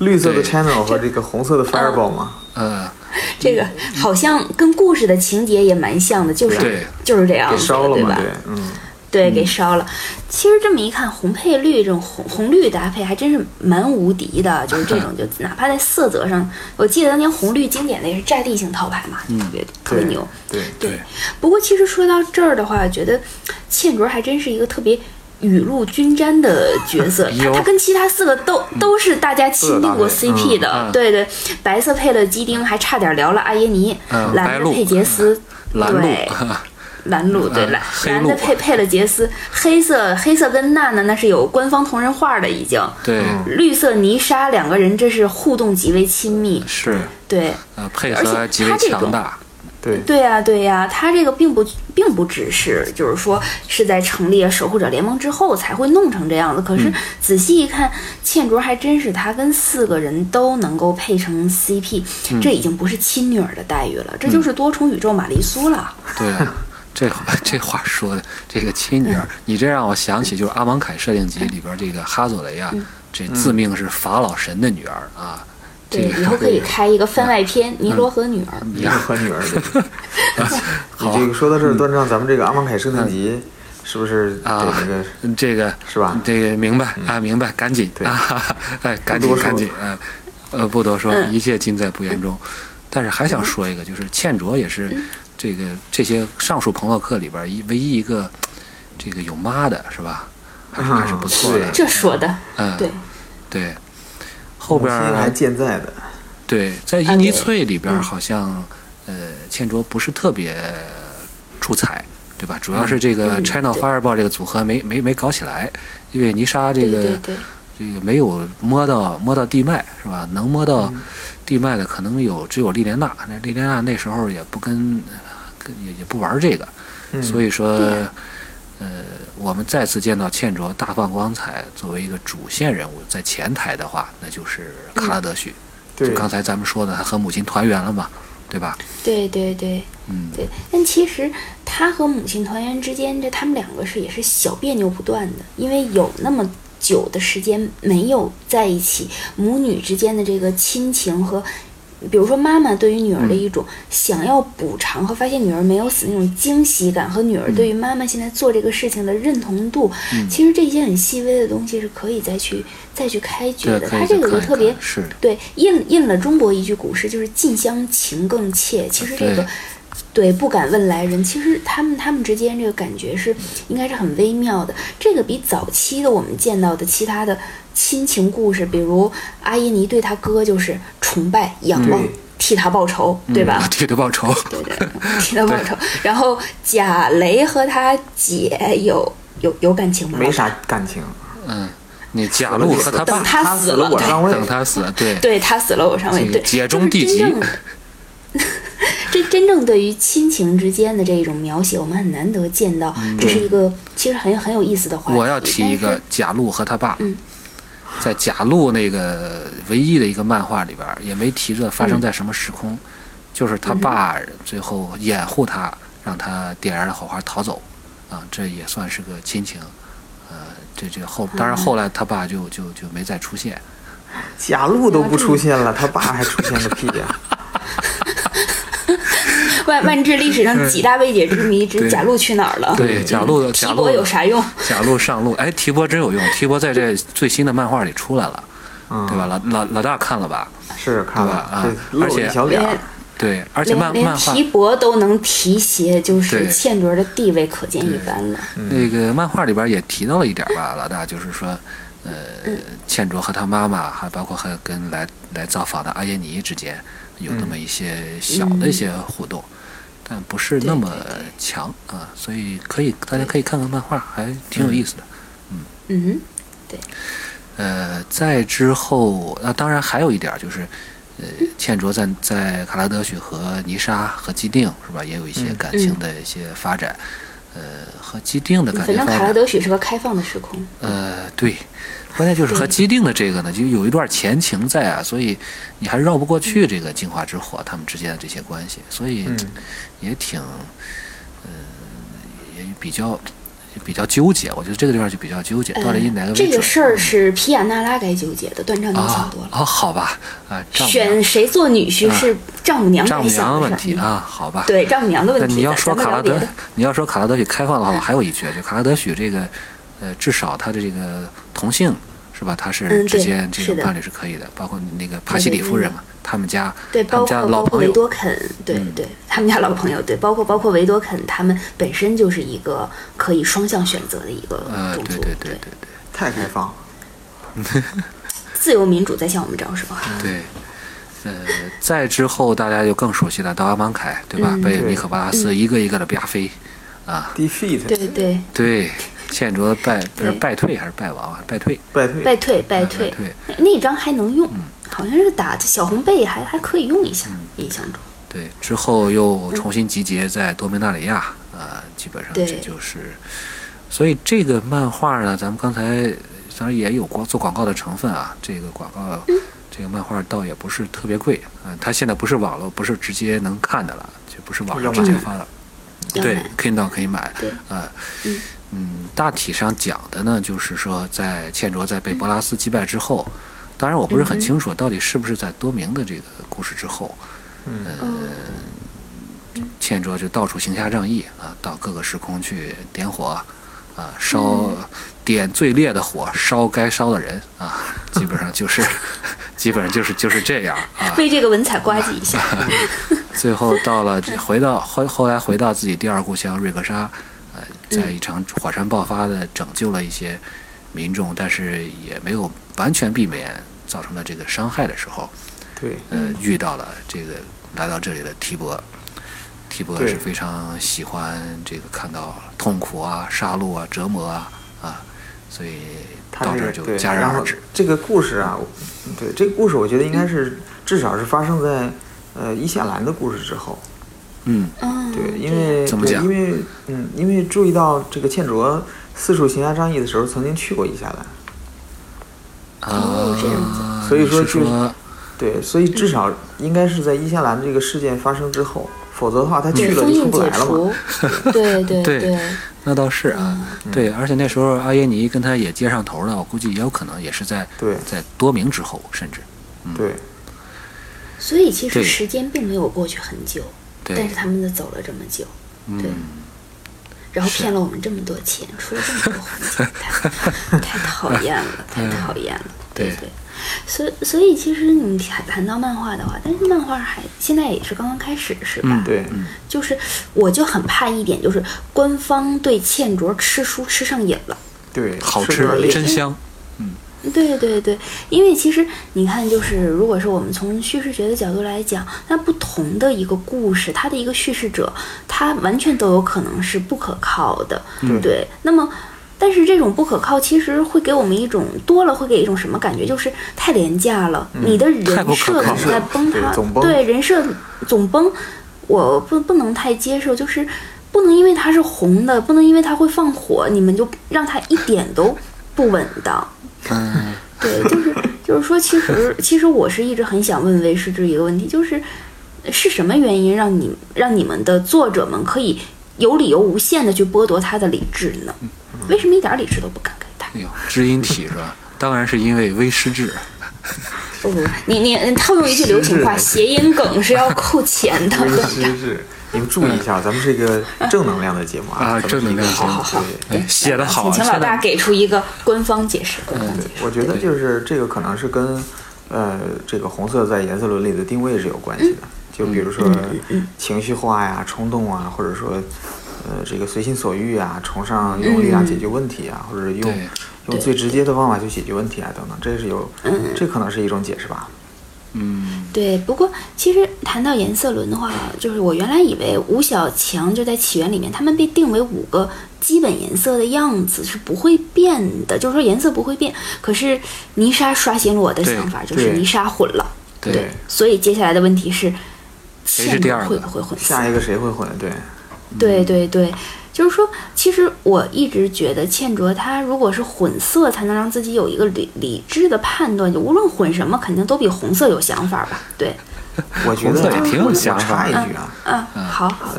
S3: 绿色
S1: 对
S3: 的
S2: 啊嗯
S3: Channel 和这个红色的 Fireball 嘛，
S1: 呃，
S2: 这个
S3: 嗯
S2: 好像跟故事的情节也蛮像的，就是
S1: 对
S2: 就是这样
S3: 给
S2: 子
S3: 烧了
S2: 对
S3: 嘛，
S2: 吧？
S3: 对，嗯，
S2: 对，给烧了。其实这么一看，红配绿这种红红绿搭配还真是蛮无敌 的，就是这种就哪怕在色泽上，我记得当年红绿经典的也是战地型套牌嘛，就特别特别
S3: 嗯对
S2: 牛。
S3: 对，
S1: 对，
S2: 不过其实说到这儿的话，觉得倩卓还真是一个特别。雨露均沾的角
S1: 哎
S2: 色，他
S3: 有
S2: 他跟其他四个都
S1: 嗯
S2: 都是大家亲定过
S3: 四个搭配
S2: CP 的，
S1: 嗯嗯
S2: 对对，白色配了基丁，还差点聊了阿耶尼，
S1: 嗯白
S2: 蓝的
S1: 鹿
S2: 配杰斯，
S1: 拦路
S2: 对，蓝鹿对
S1: 嗯
S2: 蓝
S1: 黑
S2: 蓝
S1: 鹿
S2: 的配配了杰斯，黑色黑色跟娜娜那是有官方同人画的已经，
S1: 对，
S2: 绿色泥沙两个人真是互动极为亲密，
S1: 是
S2: 对
S1: 呃，配
S2: 而且
S1: 合极为
S2: 他这
S1: 强
S2: 种
S1: 大，
S3: 对，
S2: 对呀、对呀、他这个并不并不只是就是说是在成立守护者联盟之后才会弄成这样子，可
S1: 嗯
S2: 是仔细一看，倩卓还真是他跟四个人都能够配成 CP，、这
S1: 嗯
S2: 已经不是亲女儿的待遇了，这就是多重宇宙玛丽苏了。
S1: 对啊。这话这话说的，这个亲女儿，你这让我想起就是阿芒凯设定集里边这个哈佐雷
S2: 嗯
S1: 啊，这自命是法老神的女儿啊，这
S2: 对，
S1: 个
S2: 以后可以开一个番外篇《
S1: 嗯
S2: 尼罗河女儿》
S3: 一个和女儿 的。
S1: 好
S3: 你
S1: 啊嗯
S3: 这个说到这儿，段章，咱们这个阿芒凯圣诞集是不是得
S1: 啊
S3: 那个
S1: 嗯这个
S3: 是吧
S1: 这个明白
S2: 嗯
S1: 啊，明白，赶紧
S3: 对
S1: 啊， 哈哈哎，赶紧
S3: 多说
S1: 赶紧，嗯，呃，不多说，
S2: 嗯
S1: 一切尽在不言中。但是还想说一个，就是倩卓也
S2: 嗯
S1: 是这个这些上述朋洛克里边儿一唯一一个这个有妈的是吧？还是还是不错的
S3: 嗯，
S2: 这说的，
S1: 嗯，
S2: 啊对，
S1: 对。后边
S3: 母亲
S1: 儿
S3: 还健在的？
S1: 对，在
S2: 啊
S1: 伊尼
S2: 对
S1: 翠里边儿好像，呃，倩卓不是特别出彩，对吧？主要是这个
S2: 嗯
S1: China
S2: 对
S1: Fireball 这个组合没没没搞起来，因为泥沙这
S2: 对
S1: 个
S2: 对对，
S1: 这个没有摸到摸到地脉是吧？能摸到地脉的可能有只有莉莲娜，那莉莲娜那时候也不跟跟也也不玩这个，
S3: 嗯
S1: 所以说
S2: 对，
S1: 呃，我们再次见到倩卓大放光彩作为一个主线人物在前台的话，那就是卡拉德许。
S3: 对
S1: 就，刚才咱们说的，他和母亲团圆了嘛，对吧？
S2: 对对对
S1: 嗯，
S2: 对，但其实他和母亲团圆之间，这他们两个是也是小别扭不断的，因为有那么久的时间没有在一起，母女之间的这个亲情和。比如说，妈妈对于女儿的一种
S1: 嗯
S2: 想要补偿和发现女儿没有死那种惊喜感，和女儿
S1: 嗯
S2: 对于妈妈现在做这个事情的认同度，其实这些很细微的东西是可以再去再去开掘
S1: 这
S2: 的。
S1: 可
S2: 他
S1: 以
S2: 这
S1: 再
S2: 个就
S1: 看一
S2: 特别
S1: 看，是
S2: 对，印印了中国一句古诗，就是“近乡情更怯”。其实这
S1: 对
S2: 个，对，不敢问来人。其实他们他们之间这个感觉是，应该是很微妙的。这个比早期的我们见到的其他的亲情故事，比如阿依尼对他哥就是崇拜、仰望
S3: 对，
S2: 替他报仇，对吧？
S1: 替他报仇，
S2: 对对，替他报仇。然后贾雷和他姐有有有感情吗？
S3: 没啥感情。
S1: 嗯，你贾露和他
S2: 等
S1: 爸
S2: 他
S3: 死
S2: 死
S3: 了
S2: 了
S3: 我上位，
S1: 等他死，对，
S2: 对他死了我上位，
S1: 这
S2: 对，
S1: 解
S2: 就
S1: 中
S2: 是
S1: 地
S2: 真
S1: 极
S2: 正的。 这真正对于亲情之间的这种描写，我们很难得见到。这是一个其实很很有意思的话
S1: 嗯
S2: 题。
S1: 我要提一
S2: 但
S1: 个
S2: 是，嗯
S1: 贾露和他爸，在贾露那个唯一的一个漫画里边儿也没提这发
S2: 嗯
S1: 生在什么时空，就是他爸最后掩护他，让他点燃了火花逃走，啊，这也算是个亲情，呃，这这后当然后来他爸就就就没再出现，
S3: 贾露都不出 现了，他爸还出现个屁呀！
S2: 万万智历史上几大未解之 谜，
S1: 对
S2: 之贾露去哪儿了？
S1: 嗯对，贾露的
S2: 提
S1: 贾露
S2: 博有啥用？
S1: 贾露上路，哎，提波真有用，提波在这最新的漫画里出来了，
S3: 嗯
S1: 对吧？老老老大看了吧？
S3: 是看
S1: 对吧
S3: 了
S1: 啊，
S3: 这露
S1: 而
S3: 了
S1: 且
S3: 一小脸儿
S2: 连，
S1: 对，而且漫
S2: 连连
S1: 漫画
S2: 提博都能提携，就
S1: 对
S2: 是倩卓的地位可见一斑了。
S1: 那个漫画里边也提到了一点吧，老大就是说，呃，倩卓和她妈妈，还包括还跟来来造访的阿耶尼之间，有那么一些小的一些互动，但不是那么强啊，所以可以大家可以看看漫画，还挺有意思的。
S2: 嗯，
S1: 呃，再之后，那、当然还有一点儿就是，呃，倩卓在在卡拉德许和泥沙和基定是吧，也有一些感情的一些发展，呃，和基定的感
S2: 反
S1: 情
S2: 正
S1: 发
S2: 卡拉
S1: 展，
S2: 德许是个开放的时空。
S1: 呃，对，关键就是和基定的这个呢，就有一段前情在啊，所以你还绕不过去这个镜花之火他们之间的这些关系，所以
S3: 嗯
S1: 呃也挺，嗯、也比较比较纠结，我觉得这个地方就比较纠结，到底以哪个为
S2: 呃哎这
S1: 准？
S2: 个事儿是皮亚纳拉该纠结的，断丈娘
S1: 嗯
S2: 想
S1: 啊
S2: 多了。
S1: 啊，好吧，啊，丈母娘啊
S2: 选谁做女婿是丈母娘
S1: 丈
S2: 该
S1: 母
S2: 想
S1: 娘
S2: 的
S1: 问
S2: 事
S1: 题
S2: 儿。
S1: 啊，好吧。
S2: 对丈母娘的
S1: 那
S2: 问题，
S1: 你要说
S2: 咱
S1: 卡
S2: 们
S1: 拉
S2: 聊别
S1: 德
S2: 的，
S1: 你要说卡拉德许开放的话，我还有一句，就卡拉德许这个，呃，至少他的这个同性是吧？他是
S2: 嗯
S1: 之
S2: 对
S1: 间这
S2: 是
S1: 个
S2: 的嗯
S1: 伴侣是可以的，包括那个帕西里夫人嘛，他们家
S2: 对，
S1: 他
S2: 包
S1: 们家
S2: 括
S1: 老
S2: 包括
S1: 朋
S2: 维
S1: 友，嗯
S2: 多肯，对对，他们家老朋友，对，包括包括维多肯，他们本身就是一个可以双向选择的一个
S1: 呃，
S2: 种
S1: 对
S2: 族，
S1: 对对对对。
S3: 太开放了。
S2: 自由民主在向我们招手啊。
S1: 对，呃，再之后大家就更熟悉了，到阿芒凯，对吧？
S2: 嗯
S1: 被
S3: 对
S1: 尼可巴拉斯一个一个的啪飞，啊，
S2: 对
S3: defeat
S2: 对，
S1: 对，献卓败不是
S2: 对
S1: 败退还是败亡啊？败退，
S3: 败退，
S2: 败退败退
S1: 嗯败，退，嗯
S2: 那那张还能用，好像是打小红背还还可以用一下，印象中。
S1: 对，之后又重新集结在多明纳里亚，啊，基本上这
S2: 对
S1: 就是，所以这个漫画呢，咱们刚才当然也有广做广告的成分啊，这个广告。
S2: 嗯
S1: 这个漫画倒也不是特别贵，嗯、它现在不是网络，不是直接能看的了，就不是网上
S3: 要
S1: 直接
S3: 买
S1: 发了，
S2: 要
S1: 对
S2: 买
S1: ，Kindle 可以买，
S2: 嗯对
S1: 啊，
S2: 嗯
S1: 嗯，大体上讲的呢，就是说在倩卓在被
S2: 嗯
S1: 博拉斯击败之后，当然我不是很清楚到底是不是在多明的这个故事之后，
S3: 嗯，
S2: 嗯，
S1: 倩卓就到处行侠仗义啊，到各个时空去点火啊，烧、点最烈的火，烧该烧的人啊，基本上就是 基本上就是就是这样啊。
S2: 为这个文采呱唧 一下，
S1: 最后到了回到后后来回到自己第二故乡瑞格沙，呃，在一场火山爆发的拯救了一些民众，但是也没有完全避免造成了这个伤害的时候，
S3: 对，
S1: 呃，遇到了这个来到这里的提伯。提伯
S3: 对
S1: 是非常喜欢这个看到痛苦啊、杀戮啊、折磨啊啊，所以
S3: 他
S1: 到
S3: 这
S1: 这儿
S3: 个
S1: 就
S3: 对，
S1: 戛然
S3: 然
S1: 而
S3: 后
S1: 止。
S3: 这个故事啊，我对这个故事，我觉得应该是至少是发生在呃伊夏兰的故事之后，
S1: 嗯，
S2: 嗯，
S3: 对，因为
S1: 怎么
S3: 对
S1: 讲
S3: 因为嗯，因为注意到这个倩卓四处行侠仗义的时候，曾经去过伊夏兰，
S1: 啊
S2: 哦这样子，
S3: 所以
S1: 你
S3: 说
S1: 是
S3: 就是
S1: 说
S3: 对，所以至少应该是在伊夏兰这个事件发生之后，否则的话他去
S2: 对
S3: 了
S2: 封
S3: 就出
S2: 印
S3: 不
S2: 解
S3: 来了嘛。
S2: 除，对 对
S1: 对
S2: 对，
S1: 那倒是啊，
S3: 嗯
S1: 对，而且那时候阿耶尼跟他也接上头了，我估计也有可能也是在
S3: 对
S1: 在多名之后，甚至
S3: 对，
S2: 所以其实
S1: 对
S2: 时间并没有过去很久，但
S1: 对
S2: 是，他们就走了这么久，对
S1: 嗯，
S2: 然后骗了我们这么多钱，出了这么多红钱， 太太讨厌了，太讨厌了，
S1: 嗯对
S2: 对对。所以所以其实你谈谈到漫画的话，但是漫画还现在也是刚刚开始，是吧？
S1: 嗯
S3: 对，
S2: 就是我就很怕一点，就是官方对倩卓吃书吃上瘾了。
S3: 对，
S1: 好
S3: 是有点
S1: 吃，
S3: 累
S1: 真香，
S2: 对对对，因为其实你看，就是如果说我们从叙事学的角度来讲，那不同的一个故事，它的一个叙事者，他完全都有可能是不可靠的。
S3: 对
S2: 对，那么。但是这种不可靠，其实会给我们一种多了，会给一种什么感觉？就是太廉价了，你的
S1: 太不可
S2: 人设
S1: 靠
S2: 总在
S3: 了
S2: 崩
S3: 对
S2: 塌，
S3: 总崩
S2: 对人设总崩，我不不能太接受，就是不能因为它是红的，不能因为它会放火，你们就让它一点都不稳当。
S1: 嗯，
S2: 对，就是就是说，其实其实我是一直很想问魏师之一个问题，就是是什么原因让你让你们的作者们可以有理由无限的去剥夺他的理智呢？
S1: 嗯
S2: 为什么一点理智都不敢给他？
S1: 哎呦，知音体是吧？当然是因为微失智，
S2: 不不，不你你套用一句流行话，谐音梗 是要扣钱的。
S3: 真是是，你们注意一下，咱们是一个正能量的节目
S1: 啊
S3: 啊，咱们是一个
S1: 正能量节目
S2: 好好好
S3: 对
S1: 哎写的好
S2: 请
S1: 啊，
S2: 请老
S1: 现在
S2: 大
S1: 嗯
S2: 给出一个官方解释，官方解释。
S3: 我觉得就是这个可能是跟呃这个红色在颜色伦理的定位是有关系
S1: 嗯
S3: 的。就比如说情绪化呀、冲动啊，或者说呃这个随心所欲啊、崇尚用力啊、
S2: 嗯
S3: 解决问题啊，或者是用
S1: 对
S3: 用最直接的方法去解决问题啊等等，这是有这可能是一种解释吧。
S1: 嗯，
S2: 对，不过其实谈到颜色轮的话，就是我原来以为吴小强就在起源里面，他们被定为五个基本颜色的样子是不会变的，就是说颜色不会变。可是泥沙刷新了我的
S1: 对
S2: 想法，就是
S3: 对
S2: 泥沙混了，
S1: 对，
S2: 所以接下来的问题是，
S1: 谁
S2: 线
S1: 是第二
S2: 会
S1: 个
S2: 不会混色？
S3: 下一个谁会混？对，
S2: 对对对，就是说，其实我一直觉得倩卓她如果是混色，才能让自己有一个理理智的判断，就无论混什么，肯定都比红色有想法吧？对，
S3: 我觉
S1: 红
S3: 得
S1: 色也挺有
S3: 我我
S1: 想法
S3: 插一
S1: 的
S3: 句啊，
S2: 嗯，好好，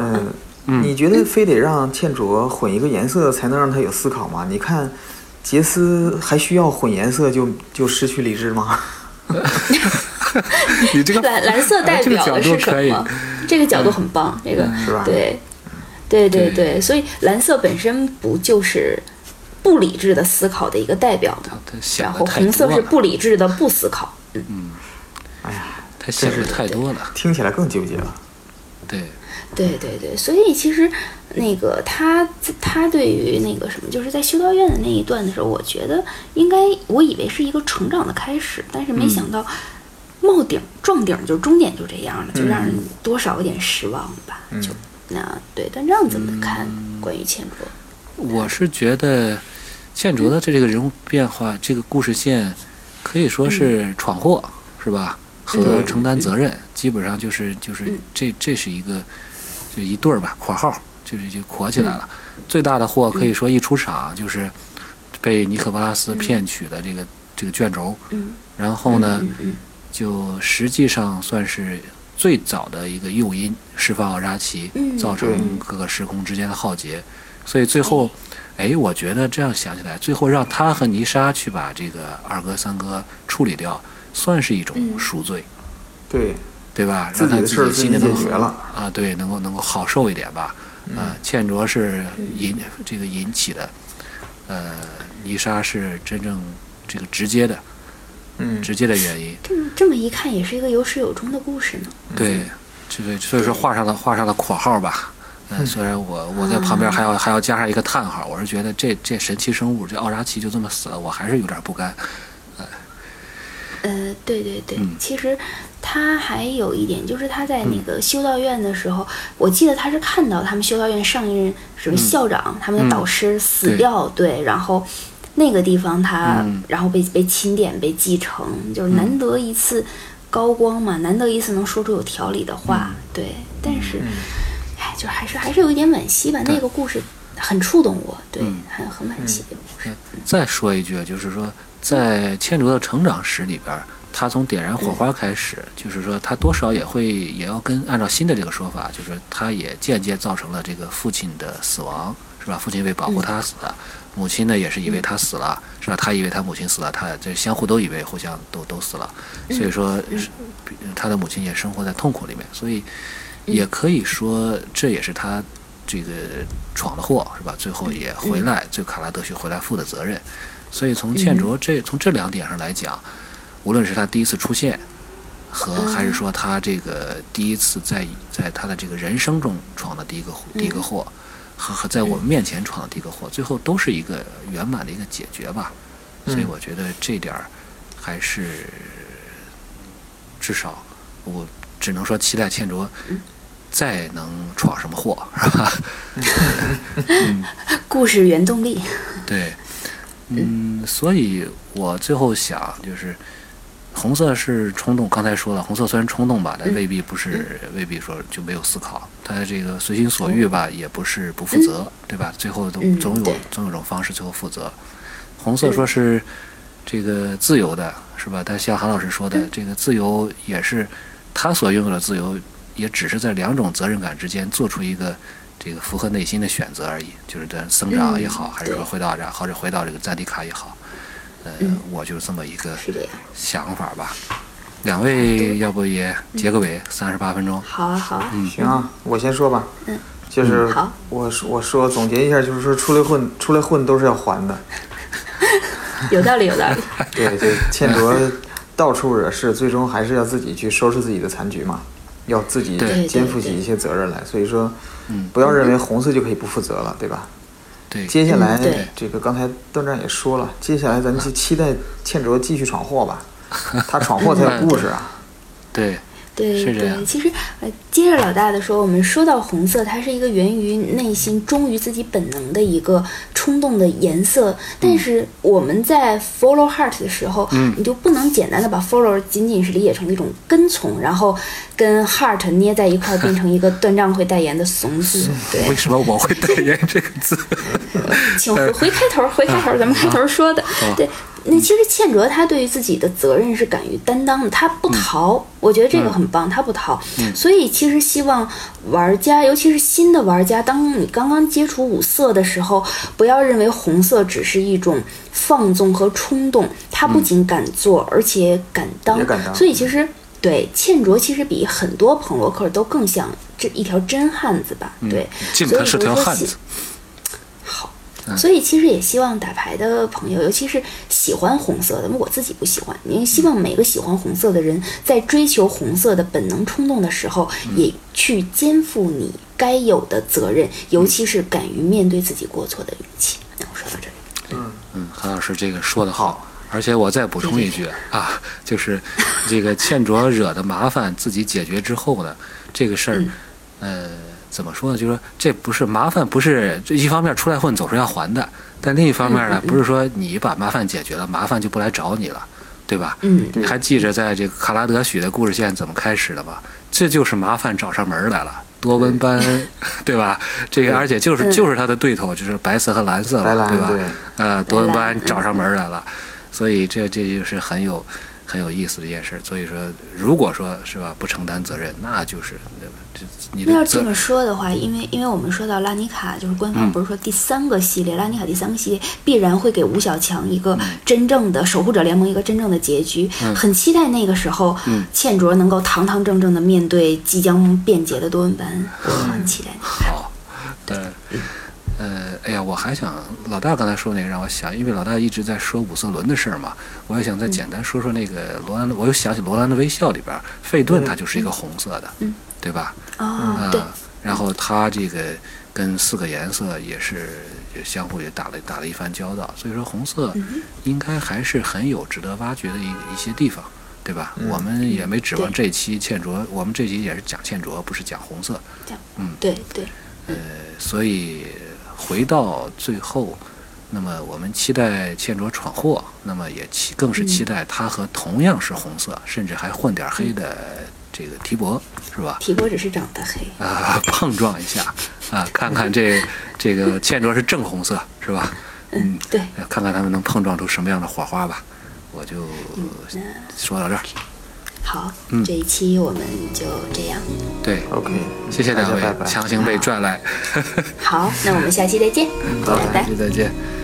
S3: 嗯，你觉得非得让茜卓混一个颜色才能让他有思考吗？你看，杰斯还需要混颜色就就失去理智吗？
S1: 你这个
S2: 蓝蓝色代表的是什么？这个角度很棒，这个
S3: 是吧
S2: 对，对对
S1: 嗯对
S2: 对，所以蓝色本身不就是不理智的思考的一个代表吗？
S1: 他
S2: 然
S1: 想
S2: 后
S1: 的太
S2: 红色
S1: 多
S2: 是
S1: 了，
S2: 不理智的不思考，
S3: 哎呀，
S1: 他想的太多了。
S3: 听起来更纠结了。
S1: 对，
S2: 对对对，所以其实那个他他对于那个什么，就是在修道院的那一段的时候，我觉得应该我以为是一个成长的开始，但是没想到冒顶撞顶就终点就这样了，就让人多少有点失望吧。就那对，但让怎么看关于千卓？
S1: 我是觉得茜卓的这个人物变化，这个故事线可以说是闯祸，是吧？和
S3: 嗯
S1: 承担责任，基本上就是就是
S2: 嗯
S1: 这这是一个就一对儿吧，括号就是就火起来了。最大的祸可以说一出场就是被尼可波拉斯骗取的这个这个卷轴，
S2: 嗯
S1: 然后呢
S2: 嗯嗯
S1: 就实际上算是最早的一个诱因，释放奥扎奇，
S2: 嗯
S1: 造成
S3: 对
S1: 各个时空之间的浩劫。所以最后，
S3: 嗯
S1: 哎，我觉得这样想起来，最后让他和泥沙去把这个二哥、三哥处理掉，算是一种
S2: 嗯
S1: 赎罪，
S3: 对，
S1: 对吧？
S3: 自
S1: 让他
S3: 己的事儿
S1: 己
S3: 自
S1: 心
S3: 己
S1: 里
S3: 解
S1: 能
S3: 决了。嗯
S1: 啊，对，能够能够好受一点吧。啊，倩卓是引这个引起的，呃，泥沙是真正这个直接的
S3: 嗯，
S1: 直接的原因。
S2: 这么这么一看，也是一个有始有终的故事呢。
S1: 对，这个所以说画上了画上了括号吧。嗯，虽然我我在旁边还要还要加上一个叹号，我是觉得这这神奇生物这奥扎奇就这么死了，我还是有点不甘。
S2: 呃，对对对，
S1: 嗯
S2: 其实他还有一点，就是他在那个修道院的时候，我记得他是看到他们修道院上一任
S1: 嗯
S2: 什么校长、他们的导师死掉，对，然后那个地方他，
S1: 嗯
S2: 然后被被钦点、被继承，就是难得一次高光嘛，难得一次能说出有条理的
S1: 嗯
S2: 话，对，但是，哎，就是还是还是有一点惋惜吧，那个故事。很触动我，对，
S1: 嗯
S2: 很很惋惜的故事。
S1: 再说一句，就是说在倩卓的成长史里边，他从点燃火花开始，就是说他多少也会也要跟按照新的这个说法，就是他也间接造成了这个父亲的死亡，是吧？父亲为保护他死了，母亲呢也是以为他死了，是吧？他以为他母亲死了，他这相互都以为互相都都死了，所以说是他的母亲也生活在痛苦里面，所以也可以说这也是他这个闯了祸，是吧？最后也回来，最后卡拉德去回来负的责任。所以从倩卓这从这两点上来讲，无论是他第一次出现，和还是说他这个第一次在在他的这个人生中闯的第一个祸第一个祸，和和在我们面前闯的第一个祸，最后都是一个圆满的一个解决吧。所以
S3: 嗯
S1: 我觉得这点儿还是至少我只能说期待倩卓再能闯什么祸，是吧？
S2: 故事原动力，
S1: 对，嗯，所以我最后想就是，红色是冲动，刚才说了，红色虽然冲动吧，
S2: 嗯
S1: 但未必不是，未必说就没有思考，他这个随心所欲吧，也不是不负责，对吧？最后都
S2: 嗯
S1: 总有
S2: 对嗯
S1: 总有种方式最后负责。红色说是这个自由的，是吧？但像韩老师说
S2: 嗯
S1: 的，这个自由也是他所拥有的自由，也只是在两种责任感之间做出一个这个符合内心的选择而已，就是咱增长也好，
S2: 嗯
S1: 还是说
S2: 对
S1: 回到这，或者回到这个赞迪卡也好，呃，我就是这么一个
S2: 是这样。
S1: 想法吧。两位要不也结个尾，三十八分钟。
S2: 好啊，好啊，
S1: 嗯
S3: 行啊，我先说吧。就是
S2: 嗯好
S3: 我说我说总结一下，就是说出来混出来混都是要 还的。
S2: 有道理，有道理。
S3: 对，就欠卓到处惹事，最终还是要自己去收拾自己的残局嘛，要自己
S1: 对
S3: 肩负起一些责任来。所以说，
S2: 嗯
S3: 不要认为红色就可以不负责了，对吧？
S1: 对，
S3: 接下来
S2: 嗯对
S3: 这个刚才段战也说了，接下来咱们就期待欠卓继续闯祸吧，他闯祸才有故 事啊。
S1: 对，
S2: 对
S1: 是这
S2: 对，
S1: 样
S2: 其实呃，接着老大的说，我们说到红色，它是一个源于内心忠于自己本能的一个冲动的颜色。
S1: 嗯
S2: 但是我们在 follow heart 的时候，你就不能简单的把 follow 仅仅是理解成一种跟从，然后跟 heart 捏在 一块儿，变成一个断章会代言的怂字。对，
S1: 为什么我 会代言这个字？嗯
S2: 请回回开头，回开头，咱们开头说的，对，那其实倩哲他对于自己的责任是敢于担当的，他
S1: 嗯
S2: 不逃，我觉得这个很棒，他不逃。所以其实希望玩家，尤其是新的玩家，当你刚刚接触五色的时候，不要认为红色只是一种放纵和冲动，他
S1: 嗯
S2: 不仅敢做，而且敢当
S3: 也敢。当
S2: 所以其实对倩卓其实比很多朋洛克都更像这一条真汉子吧？对，
S1: 尽
S2: 所以
S1: 他嗯是
S2: 我就
S1: 条
S2: 说
S1: 汉
S2: 喜
S1: 子。
S2: 好，所以其实也希望打牌的朋友，尤其是喜欢红色的，我自己不喜欢，因为希望每个喜欢红色的人，在追求红色的本能冲动的时候，也去肩负你该有的责任，尤其是敢于面对自己过错的勇气。那我说到这里，
S1: 嗯，韩老师这个说的好，而且我再补充一句啊，就是这个倩卓惹的麻烦自己解决之后呢，这个事儿，呃，怎么说呢？就是说这不是麻烦，不是这一方面出来混总是要还的，但另一方面呢，不是说你把麻烦解决了，麻烦就不来找你了，对吧？
S2: 嗯，
S1: 你还记着在这个卡拉德许的故事线怎么开始的吗？这就是麻烦找上门来了。多温班恩， 对吧？这个而且就是就是他的对头，就是白色和蓝色嘛，
S3: 白蓝
S1: 对吧？
S3: 对
S1: 呃，多恩
S2: 白
S1: 班
S2: 兰
S1: 找上门来了，所以这这就是很有很有意思的一件事。所以说，如果说是吧，不承担责任，那就是对吧这你
S2: 那要
S1: 的
S2: 这
S1: 责
S2: 么说的话，因为因为我们说到拉尼卡，就是官
S1: 嗯
S2: 方不是说第三个系列、拉尼卡第三个系列必然会给吴小强一
S1: 嗯
S2: 个真正的守护者联盟一个真正的结局，很期待那个时候、
S1: 嗯
S2: 倩卓能够堂堂正正的面对即将变节的多恩班，我
S1: 嗯
S2: 很期待那个。
S1: 好，呃呃，哎呀，我还想老大刚才说那个让我想，因为老大一直在说伍瑟伦的事儿嘛，我也想再简单说说那个罗兰的，我又想起《罗兰的微笑》里边儿，费顿他就是一个红色的，对吧？
S2: 哦，
S1: 啊、
S2: 嗯对，
S1: 然后他这个跟四个颜色也是也相互也打了打了一番交道，所以说红色
S2: 嗯
S1: 应该还是很有值得挖掘的一一些地方，对吧？我们也没指望
S2: 嗯对
S1: 这一期倩卓，我们这期也是讲倩卓，不是讲红色，
S2: 这样，
S1: 嗯
S2: 对对，
S1: 所以回到最后，那么我们期待倩卓闯祸，那么也期更是期待他和同样是红色，甚至还混点黑的这个提博，是吧？
S2: 提波只是长得黑，
S1: 啊、 碰撞一下啊，看看这这个倩卓是正红色是吧？嗯，
S2: 对，
S1: 看看他们能碰撞出什么样的火花吧。我就说到这儿，
S2: 好，
S1: 嗯
S2: 这一期我们就这样，
S1: 对，
S3: OK，
S1: 谢谢
S3: 大
S1: 两
S3: 家，
S1: 位
S3: 拜拜。
S1: 强行被拽来，嗯
S2: 好，那我们下期再见，拜拜。
S1: 下期再见。
S3: 拜